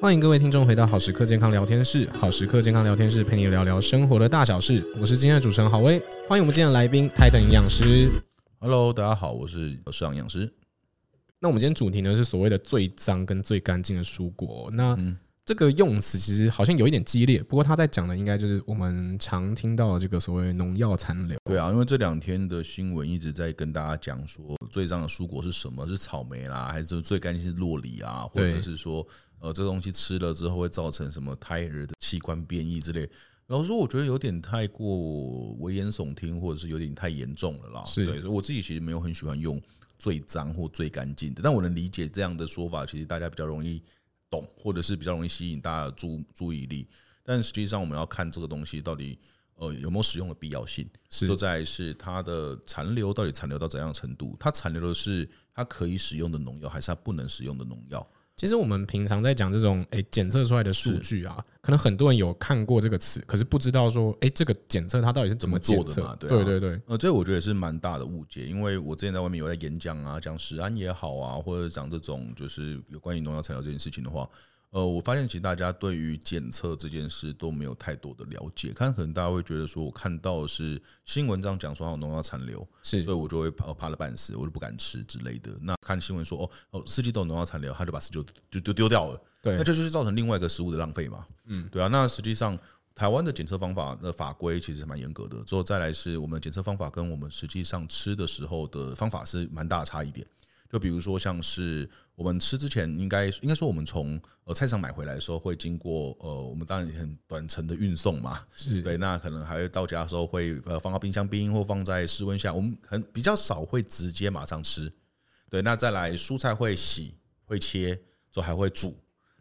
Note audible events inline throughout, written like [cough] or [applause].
欢迎各位听众回到好时刻健康聊天室。好时刻健康聊天室陪你聊聊生活的大小事，我是今天的主持人郝威。欢迎我们今天的来宾泰 n 营养师。 Hello，大家好，我是市场营养师。那我们今天主题呢是所谓的最脏跟最干净的蔬果。那嗯这个用词其实好像有一点激烈，不过他在讲的应该就是我们常听到的这个所谓农药残留。对啊，因为这两天的新闻一直在跟大家讲说，最脏的蔬果是什么？是草莓啦，还是最干净是洛梨啊，或对者是说，呃，这东西吃了之后会造成什么胎儿的器官变异之类。老实说，我觉得有点太过危言耸听，或者是有点太严重了啦。是对，所以我自己其实没有很喜欢用最脏或最干净的，但我能理解这样的说法，其实大家比较容易懂，或者是比较容易吸引大家的注注意力。但实际上，我们要看这个东西到底呃有没有使用的必要性。是就在是它的残留到底残留到怎样的程度？它残留的是它可以使用的农药，还是它不能使用的农药？其实我们平常在讲这种诶检测出来的数据啊，可能很多人有看过这个词，可是不知道说诶这个检测它到底是怎么怎检么做测的嘛对啊对对对，呃，这我觉得也是蛮大的误解，因为我之前在外面有在演讲啊，讲食安也好啊，或者讲这种就是有关于农药残留这件事情的话，呃，我发现其实大家对于检测这件事都没有太多的了解，看可能大家会觉得说我看到的是新闻这样讲说它有农药残留，是所以我就会怕怕了半死，我就不敢吃之类的。那看新闻说哦哦，四季豆农药残留，他就把四季豆就丢丢掉了，对那这就是造成另外一个食物的浪费嘛。嗯，对啊。那实际上台湾的检测方法的法规其实蛮严格的，之后再来是我们检测方法跟我们实际上吃的时候的方法是蛮大的差异点。就比如说，像是我们吃之前应该应该说，我们从呃菜市场买回来的时候，会经过呃我们当然很短程的运送嘛，是对，那可能还会到家的时候会呃放到冰箱冰或放在室温下，我们很比较少会直接马上吃。对，那再来蔬菜会洗、会切，之后还会煮。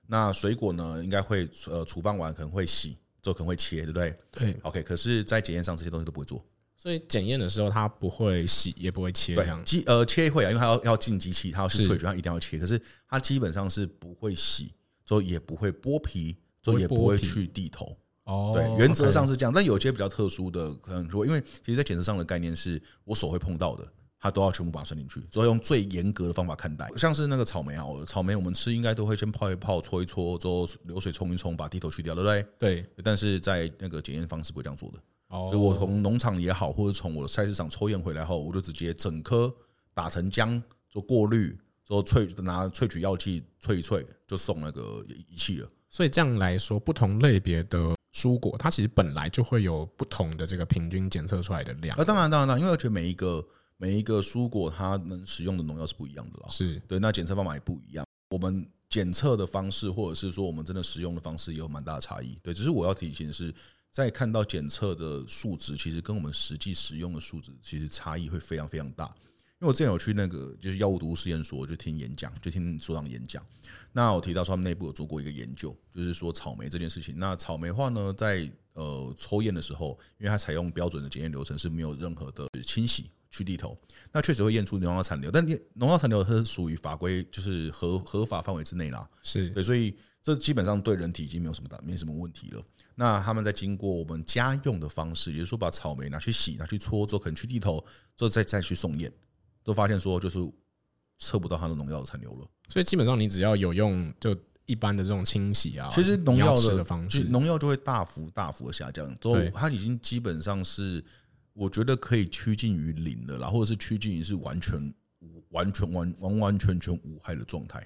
那水果呢，应该会呃储放完可能会洗，之后可能会切，对不对对， ？OK，可是，在检验上这些东西都不会做。所以检验的时候它不会洗也不会切这对样，。机呃切会啊，因为它要要进机器，它要去是萃取，它一定要切。可是它基本上是不会洗，之后也不会剥皮，不之后会也不剥会皮去地头。哦对，原则上是这样，但有些比较特殊的，可能说，因为其实，在检测上的概念是我手会碰到的，它都要全部把它算进去，所以用最严格的方法看待。像是那个草莓啊，草莓我们吃应该都会先泡一泡、搓一搓，之后流水冲一冲，把地头去掉，对不对？对但是在那个检验方式不会这样做的，所以哦，我从农场也好，或者从我的菜市场抽验回来后，我就直接整颗打成浆，做过滤，之后萃拿萃取药剂萃一萃，就送那个仪器了。所以这样来说，不同类别的蔬果它其实本来就会有不同的这个平均检测出来的量啊，，当然，当然，当然，因为我觉得每一个每一个蔬果它能使用的农药是不一样的啦。是对，那检测方法也不一样。我们检测的方式，或者是说我们真的使用的方式，也有蛮大的差异。对，只是我要提醒的是，在看到检测的数值，其实跟我们实际使用的数值，其实差异会非常非常大。因为我之前有去那个就是药物毒物实验所，就听演讲，就听所长演讲。那我提到说他们内部有做过一个研究，就是说草莓这件事情。那草莓的话呢，在呃抽验的时候，因为它采用标准的检验流程是没有任何的清洗去地头，那确实会验出农药残留，但你农药残留它是属于法规就是合合法范围之内啦。是对，所以这基本上对人体已经没有什么大没什么问题了。那他们在经过我们家用的方式，也就是说把草莓拿去洗、拿去搓之后，可能去地头之后再再去送验，都发现说就是测不到它的农药残留了。所以基本上你只要有用就一般的这种清洗啊，其实农药你要吃的的方其式实，农药就会大幅大幅的下降，之后嗯对它已经基本上是我觉得可以趋近于零了啦，或者是趋近于是完全无完全完完完全全无害的状态。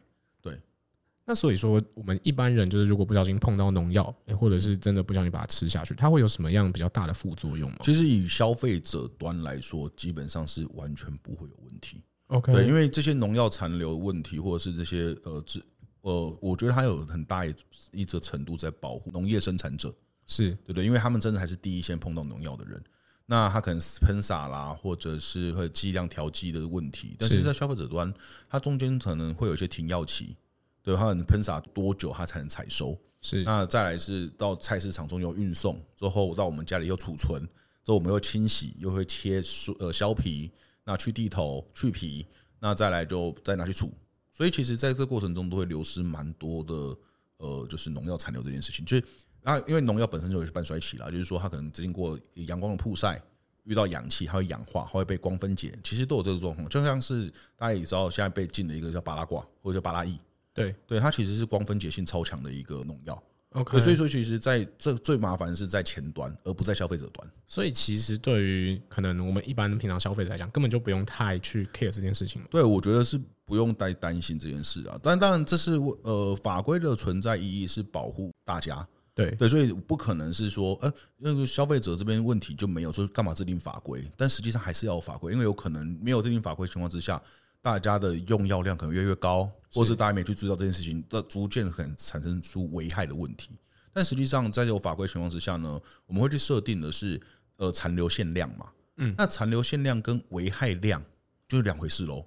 那所以说我们一般人就是如果不小心碰到农药，诶嗯或者是真的不小心把它吃下去，它会有什么样比较大的副作用吗其实以消费者端来说，基本上是完全不会有问题。 ？OK，对，因为这些农药残留问题，或者是这些呃治呃，我觉得它有很大一一则程度在保护农业生产者。是对不对？因为他们真的还是第一线碰到农药的人，那他可能喷洒啦，或者是会剂量调剂的问题，但是是在消费者端，它中间可能会有一些停药期，对，它可能喷洒多久它才能采收？是那再来是到菜市场中又运送，之后到我们家里又储存，之后我们又清洗，又会切蔬呃削皮，那去地头去皮，那再来就再拿去储。所以其实在这过程中都会流失蛮多的呃，就是农药残留这件事情，就是啊，因为农药本身就有半衰期啦，就是说它可能经过阳光的曝晒。遇到氧气，它会氧化，它会被光分解，其实都有这个状况。就像是大家也知道，现在被禁的一个叫巴拉卦或者叫巴拉意，对对，它其实是光分解性超强的一个农药。 ，OK，对，所以说其实在这最麻烦是在前端，而不在消费者端。所以其实对于可能我们一般平常消费者来讲，根本就不用太去 care 这件事情了。对，我觉得是不用太担心这件事啊。但当然，这是呃法规的存在意义是保护大家，对，对，所以不可能是说，呃，那个消费者这边问题就没有，说干嘛制定法规？但实际上还是要有法规，因为有可能没有制定法规的情况之下，大家的用药量可能越来越高，或是大家没去注意到这件事情，那逐渐可能产生出危害的问题。但实际上，在有法规情况之下呢，我们会去设定的是呃残留限量嘛，嗯，那残留限量跟危害量就是两回事喽，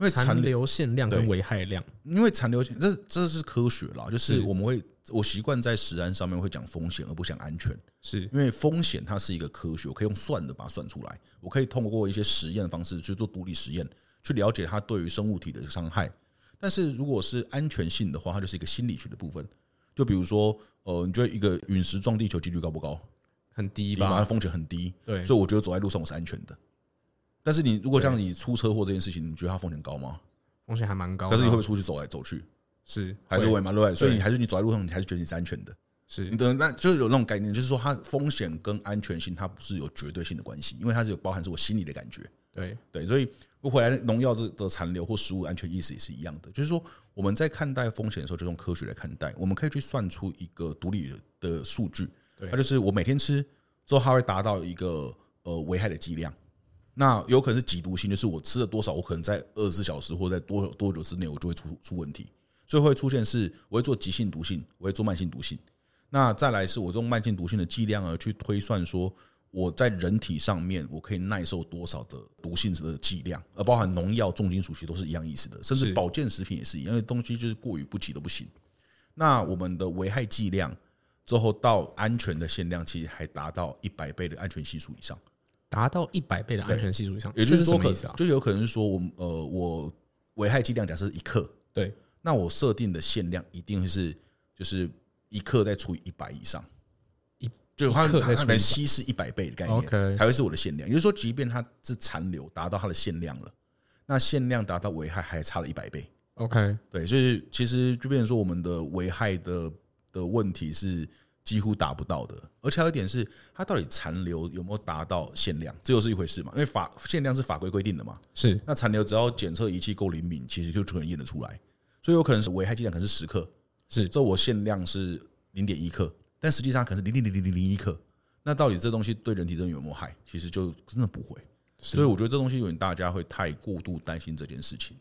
因为残残留留限量跟对危害量，因为残留性，这这是科学啦，就是是我们会我习惯在食安上面会讲风险，而不讲安全。是因为风险它是一个科学，我可以用算的把它算出来，我可以通过一些实验的方式去做独立实验，去了解它对于生物体的伤害。但是如果是安全性的话，它就是一个心理学的部分。就比如说，呃，你觉得一个陨石撞地球几率高不高？很低低嘛，它吧？风险很低，对，所以我觉得走在路上我是安全的。但是你如果像你出车祸这件事情，你觉得它风险高吗？风险还蛮高的啊。但是你会不会出去走来走去？是还是会会嘛，对不对？所以你还是你走在路上，你还是觉得你是安全的。你是的那就是有那种概念，就是说它风险跟安全性它不是有绝对性的关系，因为它是有包含是我心里的感觉。对对，所以我回来农药的的残留或食物安全意识也是一样的，就是说我们在看待风险的时候，就用科学来看待，我们可以去算出一个独立的的数据，对它就是我每天吃之后，它会达到一个呃危害的剂量。那有可能是极毒性，就是我吃了多少，我可能在二十四小时或在多多久之内，我就会出出问题，所以会出现是我会做急性毒性，我会做慢性毒性。那再来是我用慢性毒性的剂量而去推算说我在人体上面我可以耐受多少的毒性的剂量，而包含农药、重金属其实都是一样意思的，甚至是保健食品也是一样，因为东西就是过于不及都不行。那我们的危害剂量之后到安全的限量，其实还达到一百倍的安全系数以上。达到一百倍的安全系数以上，也就这是说什可，么意思啊？就有可能是说我们呃，我危害剂量假设是一克，对，那我设定的限量一定是就是一克再除以一百以上，一就它一克再它除以可能稀释一百倍的概念 OK 才会是我的限量。也就是说，即便它是残留达到它的限量了，那限量达到危害还差了一百倍。 OK，对，就是其实就变成说，我们的危害的的问题是几乎达不到的，而且还有一点是，它到底残留有没有达到限量，这又是一回事嘛？因为法限量是法规规定的嘛，是那残留只要检测仪器够灵敏，其实就可能验得出来。所以有可能是危害剂量可能是十克，是这我限量是零点一克，但实际上它可能是零点零零零零一克。那到底这东西对人体真的有没有害？其实就真的不会。所以我觉得这东西有点大家会太过度担心这件事情。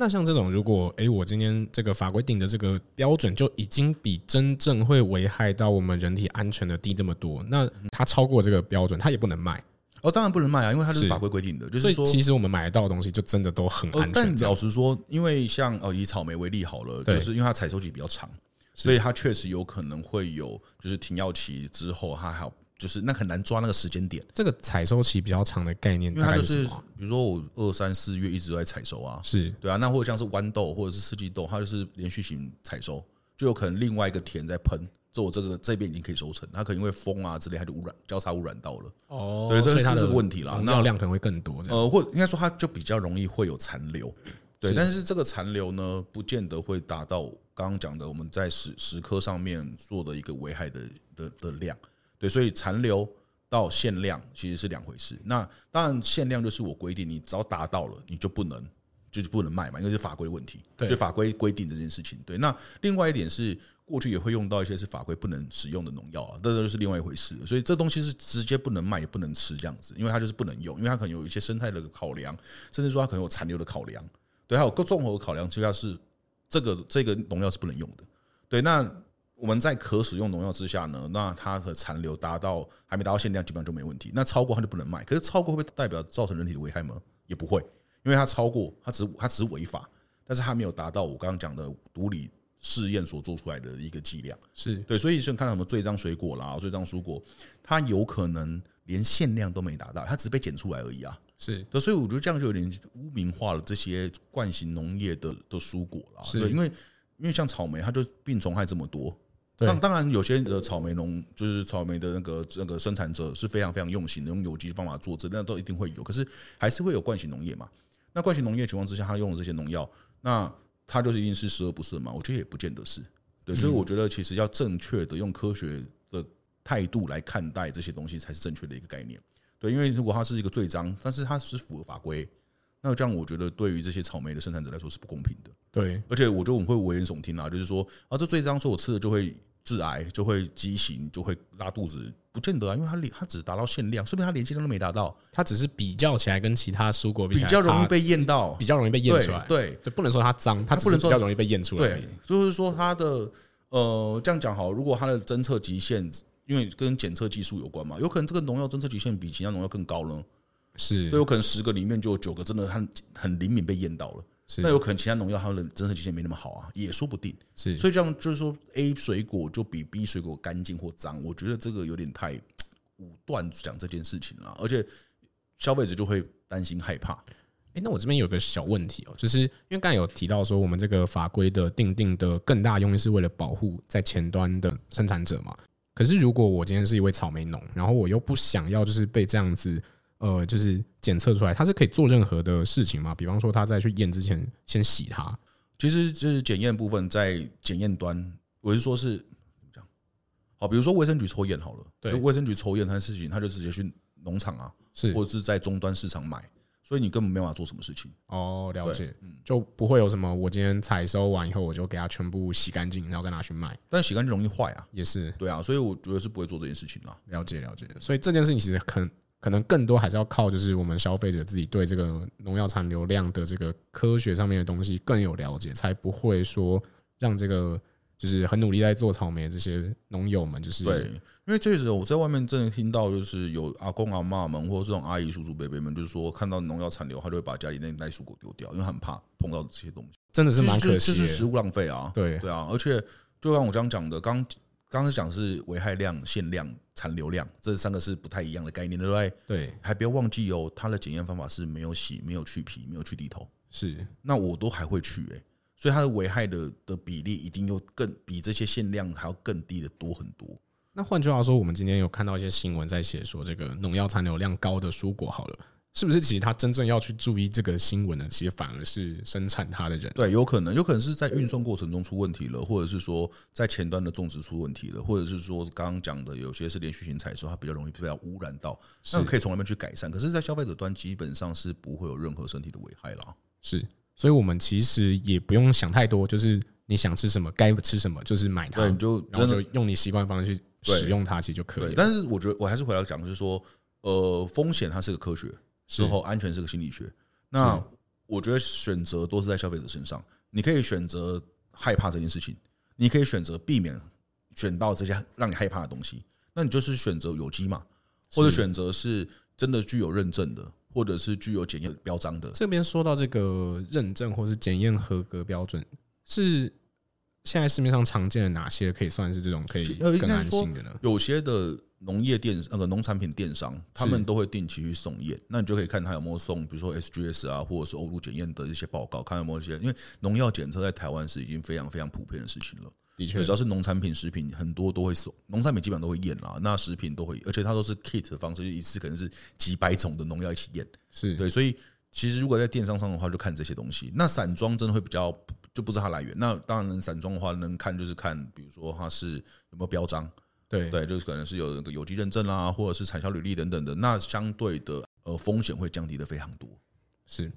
那像这种，如果诶、我今天这个法规定的这个标准就已经比真正会危害到我们人体安全的低这么多，那它超过这个标准，它也不能卖。哦，当然不能卖啊，因为它就是是法规规定的，就所是以说，其实我们买得到的东西就真的都很呃安，但全。这样老实说，因为像哦以草莓为例好了，对就是因为它采收期比较长，所以它确实有可能会有就是停药期之后，它还有就是那很难抓那个时间点，这个采收期比较长的概念因为大它概就是是什么啊比如说我二三四月一直都在采收啊，是对啊，那或者像是豌豆或者是四季豆，它就是连续型采收，就有可能另外一个田在喷，这我这个这边已经可以收成，它可能因为风啊之类，它就污染交叉污染到了，哦对这所以它是的哦这个问题啦农那药量可能会更多这样。呃，或应该说它就比较容易会有残留，对，但是这个残留呢，不见得会达到刚刚讲的我们在石石科上面做的一个危害的的的量，对，所以残留。到限量其实是两回事。那当然，限量就是我规定，你只要达到了，你就不能就是不能卖嘛，因为是法规问题，对就法规规定这件事情。对，那另外一点是，过去也会用到一些是法规不能使用的农药啊，那这就是另外一回事了。所以这东西是直接不能卖也不能吃这样子，因为它就是不能用，因为它可能有一些生态的考量，甚至说它可能有残留的考量，对，还有各综合考量之下是这个这个农药是不能用的。对，那我们在可使用农药之下呢，那它的残留达到还没达到限量，基本上就没问题。那超过它就不能卖，可是超过会不会代表造成人体的危害吗？也不会，因为它超过，它只它只是违法，但是它没有达到我刚刚讲的毒理试验所做出来的一个剂量。是对，所以像看到什么罪章水果啦、罪章蔬果，它有可能连限量都没达到，它只是被检出来而已啊。是对，所以我觉得这样就有点污名化了这些惯性农业的的蔬果啦。是对，因为因为像草莓，它就病虫害这么多。对当当然，有些的草莓农就是草莓的那个那个生产者是非常非常用心的，用有机方法做这，那都一定会有。可是还是会有惯性农业嘛？那惯性农业情况之下，他用的这些农药，那它就是一定是十恶不赦嘛？我觉得也不见得是。对，所以嗯我觉得其实要正确的用科学的态度来看待这些东西，才是正确的一个概念。对，因为如果它是一个罪章，但是它是符合法规，那这样我觉得对于这些草莓的生产者来说是不公平的。对，而且我觉得我们会危言耸听啊，就是说啊，这罪章说我吃了就会致癌，就会畸形，就会拉肚子，不见得啊，因为它连它只达到限量，说不定它连限量都没达到，它只是比较起来跟其他蔬果比比起来较容易它被验到比。较容易被验对出来。对，对，不能说它脏，它它只不能是说比较容易被验出来而已。对，就是说它的呃，这样讲好，如果它的侦测极限，因为跟检测技术有关嘛，有可能这个农药侦测极限比其他农药更高呢。是对，有可能十个里面就有九个真的很很灵敏被验到了，是那有可能其他农药它的侦测极限没那么好啊，也说不定。是，所以这样就是说，A 水果就比 B 水果干净或脏，我觉得这个有点太武断讲这件事情了，而且消费者就会担心害怕。哎，那我这边有个小问题哦，就是因为刚才有提到说，我们这个法规的定定的更大用意是为了保护在前端的生产者嘛。可是如果我今天是一位草莓农，然后我又不想要就是被这样子，呃，就是检测出来，它是可以做任何的事情嘛？比方说他在去验之前先洗它，其实就是检验部分在检验端，我是说是怎么讲？好，比如说卫生局抽验好了，对就卫生局抽验它的事情，他就直接去农场啊，是或者是在终端市场买，所以你根本没办法做什么事情。哦，了解，就不会有什么我今天采收完以后我就给它全部洗干净，然后再拿去卖，但洗干净容易坏啊，也是对啊，所以我觉得是不会做这件事情啦。了解了解，所以这件事情其实可能可能更多还是要靠就是我们消费者自己对这个农药残留量的这个科学上面的东西更有了解，才不会说让这个就是很努力在做草莓的这些农友们就是对，因为确实我在外面真的听到，就是有阿公阿嬷们，或者这种阿姨叔叔伯伯们，就是说看到农药残留，他就会把家里那袋蔬果丢掉，因为很怕碰到这些东西，真的是蛮就可就是惜食的。物浪费啊。对对啊，而且就像我刚刚讲的，刚刚刚讲是危害量、限量、残留量，这三个是不太一样的概念，对不对？对，还不要忘记哦，它的检验方法是没有洗、没有去皮、没有去地头，是那我都还会去诶、欸所以它的危害的的比例一定又更比这些限量还要更低的多很多。那换句话说，我们今天有看到一些新闻在写说，这个农药残留量高的蔬果好了，是不是其实他真正要去注意这个新闻的，其实反而是生产它的人。对，有可能，有可能是在运送过程中出问题了，或者是说在前端的种植出问题了，或者是说刚刚讲的有些是连续型采收，它比较容易被它污染到，那可以从那边去改善。可是，在消费者端基本上是不会有任何身体的危害啦。是，所以我们其实也不用想太多，就是你想吃什么该吃什么，就是买它对，，你就然后真就的用你习惯方式去使用它，其实就可对。以了。但是我觉得我还是回来讲，就是说，呃，风险它是个科学，之后安全是个心理学。那我觉得选择都是在消费者身上，你可以选择害怕这件事情，你可以选择避免选到这些让你害怕的东西，那你就是选择有机嘛，或者选择是真的具有认证的，或者是具有检验标章的。这边说到这个认证或是检验合格标准，是现在市面上常见的哪些可以算是这种可以呃应更该安说心的呢？有些的农业电那个农产品电商，他们都会定期去送验，那你就可以看他有没有送，比如说 SGS 啊，或者是欧陆检验的一些报告，看有没有一些，因为农药检测在台湾是已经非常非常普遍的事情了。的确只要是农产品、食品，很多都会送，农产品基本上都会验啦，那食品都会，而且它都是 kit 的方式，就一次可能是几百种的农药一起验。是对，所以其实如果在电商上的话，就看这些东西。那散装真的会比较就不知道它来源。那当然，散装的话能看就是看，比如说它是有没有标章，对对，就是可能是有那个有机认证啦，或者是产销履历等等的。那相对的呃风险会降低的非常多。是。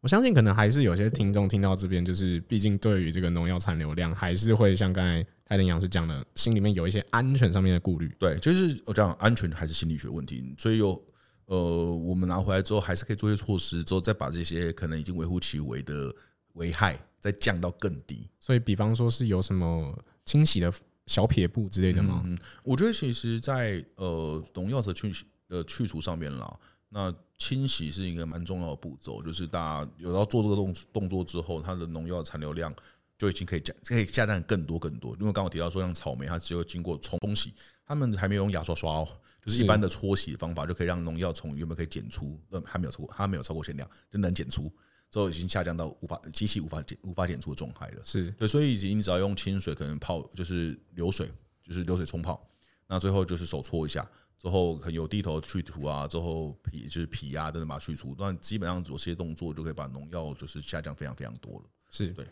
我相信可能还是有些听众听到这边，就是毕竟对于这个农药残留量，还是会像刚才泰登杨是讲的，心里面有一些安全上面的顾虑。对，就是我讲安全还是心理学问题，所以有呃，我们拿回来之后还是可以做一些措施，之后再把这些可能已经微乎其微的危害再降到更低。所以，比方说是有什么清洗的小撇步之类的吗？我觉得其实在，呃农药的去呃去除上面啦，那清洗是一个蛮重要的步骤，就是大家有要做这个动动作之后，它的农药残留量就已经可以降，可以下降更多更多。因为刚刚我提到说，像草莓它只有经过冲冲洗，他们还没有用牙刷刷哦，就是是一般的搓洗方法就可以让农药从原本可以检出，呃还没有超过，它没有超过限量，就能检出之后已经下降到无法机器无法检无法检出的状态了。是对，所以已经只要用清水，可能泡就是流水，就是流水冲泡，那最后就是手搓一下，之后可能有地头去除啊，之后皮就是皮啊等等把它去除，那基本上做这些动作就可以把农药就是下降非常非常多了。是对。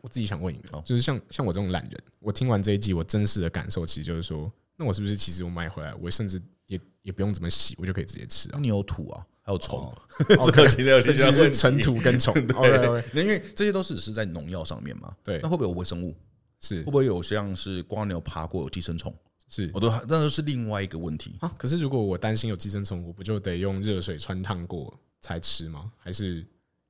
我自己想问一个好，就是像像我这种懒人，我听完这一季，我真实的感受其实就是说，那我是不是其实我买回来，我甚至也也不用怎么洗，我就可以直接吃那啊？你有土啊，还有虫，哦 [laughs] 这个其实有这点其实像是尘土跟 [laughs] 虫。对，因为这些都是只是在农药上面嘛。对那会不会有微生物？是会不会有像是瓜牛爬过有寄生虫？是我都那都是另外一个问题。啊。可是如果我担心有寄生虫，我不就得用热水穿烫过才吃吗？还是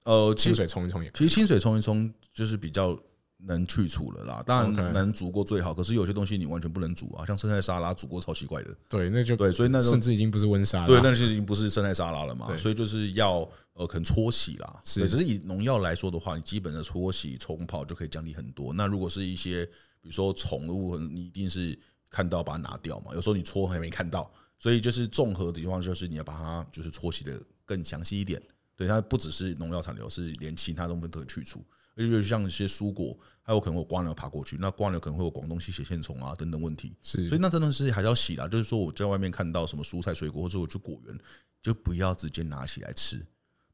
呃，其清实水冲一冲也可其实清水冲一冲就是比较能去除了啦，当 OK 然能煮过最好，可是有些东西你完全不能煮啊，像生菜沙拉煮过超奇怪的，以？对，那就对，所以那种甚至已经不是温莎了。对，那就已经不是生菜沙拉了对嘛，所以就是要呃，可能搓洗啦，是对只是以农药来说的话，你基本的搓洗冲泡就可以降低很多。那如果是一些比如说虫的物，你一定是看到把它拿掉嘛，有时候你搓还没看到，所以就是综合的地方就是你要把它就是搓洗的更详细一点。对，它不只是农药残留，是连其他东西都可以去除。而且像一些蔬果，还有可能会有瓜牛爬过去，那瓜牛可能会有广东吸血线虫啊等等问题。是所以那真的是还是要洗啦。就是说我在外面看到什么蔬菜水果，或者我去果园，就不要直接拿起来吃。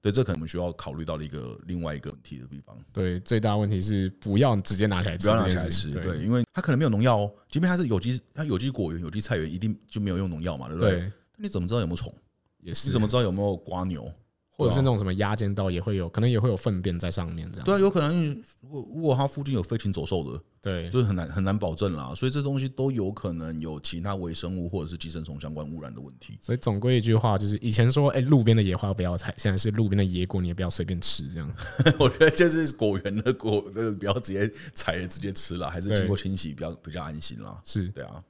对，这可能我们需要考虑到的一个另外一个问题的地方，对，最大问题是不要直接拿起来吃不要拿这起件来事吃。情。对，因为它可能没有农药哦，即便它是有机，它有机果园、有机菜园，一定就没有用农药嘛，对不对？对，你怎么知道有没有虫？也是你怎么知道有没有瓜牛？或啊者是那种什么压尖刀也会有，可能也会有粪便在上面这样。对啊，有可能因为如果如果它附近有飞禽走兽的，对就是很难很难保证啦。所以这东西都有可能有其他微生物或者是寄生虫相关污染的问题。所以总归一句话，就是以前说，哎、路边的野花不要采，现在是路边的野果你也不要随便吃，这样。我觉得就是果园的果，那个不要直接采了直接吃了，还是经过清洗比较比较安心啦。是。对啊，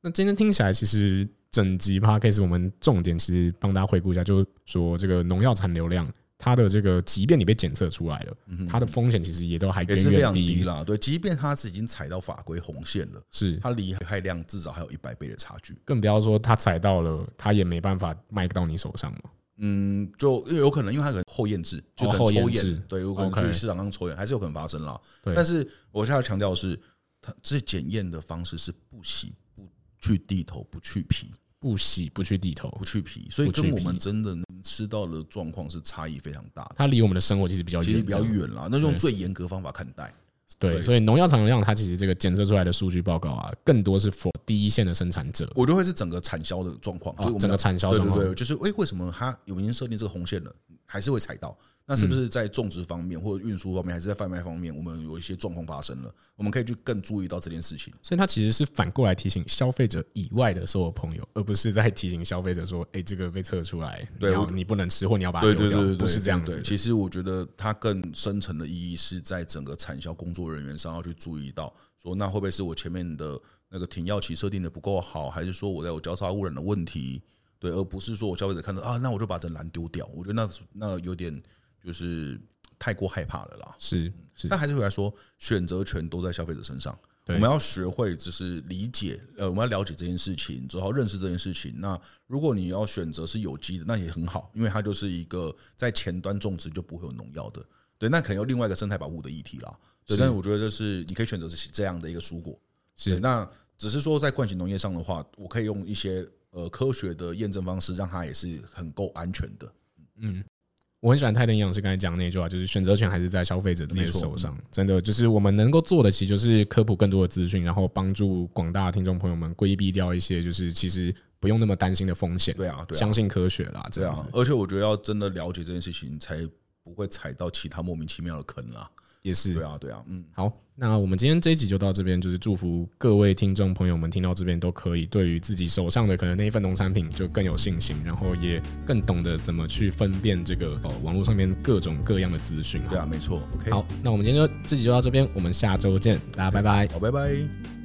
那今天听起来，其实整集 podcast 我们重点其实帮大家回顾一下，就是说这个农药残留量，它的这个即便你被检测出来了，它的风险其实也都还嗯也远是非远常低低于。啦。对，即便它是已经踩到法规红线了，是，它离害量至少还有一百倍的差距。更不要说它踩到了，它也没办法卖到你手上嘛。嗯，就因为有可能，因为它可能后验制，就哦可后能抽验制验，对，有可能 OK 去市场上抽验，还是有可能发生啦。对但是我现在要强调的是，它这检验的方式是不洗、不去地头、不去皮、不洗不去地头，不去皮，所以不去跟我皮们真的能吃到的状况是差异非常大的。它离我们的生活其实比较远，其实比较这样。远啦，那用最严格方法看待。对，对所以农药残留量它其实这个检测出来的数据报告啊，更多是 for 第一线的生产者，我就会是整个产销的状况，就是哦我们，整个产销对状对况对，就是诶，为什么它有已经设定这个红线了，还是会踩到？那是不嗯是在种植方面，或者运输方面，还是在贩卖方面，我们有一些状况发生了？我们可以去更注意到这件事情。所以它其实是反过来提醒消费者以外的所有朋友，而不是在提醒消费者说，哎，这个被测出来，对你要我你不能吃或你要把它丢掉，不是这样对子对。其实我觉得它更深层的意义是在整个产销工作人员上要去注意到，说那会不会是我前面的那个停药期设定的不够好，还是说我在有交叉污染的问题？对，而不是说我消费者看到啊，那我就把整篮丢掉。我觉得那那有点就是太过害怕了啦。是是但还是回来说，选择权都在消费者身上。我对们要学会就是理解，呃，我们要了解这件事情，之后认识这件事情。那如果你要选择是有机的，那也很好，因为它就是一个在前端种植就不会有农药的。对，那可能有另外一个生态保护的议题啦。对，是但是我觉得就是你可以选择是这样的一个蔬果。对是那只是说在灌型农业上的话，我可以用一些呃科学的验证方式，让它也是很够安全的。嗯我很喜欢泰登营养师刚才讲的那句话，就是选择权还是在消费者自己的没错手上。真的，就是我们能够做的，其实就是科普更多的资讯，然后帮助广大的听众朋友们规避掉一些，就是其实不用那么担心的风险。对啊，对啊。相信科学啦，这对样啊子，而且我觉得要真的了解这件事情，才不会踩到其他莫名其妙的坑啦。也是对啊，对啊，嗯，好，那我们今天这一集就到这边，就是祝福各位听众朋友们听到这边都可以对于自己手上的可能那一份农产品就更有信心，然后也更懂得怎么去分辨这个呃网络上面各种各样的资讯。对啊，没错。OK， [laughs] 好，那我们今天就这集就到这边，我们下周见，大家拜拜。好，拜拜。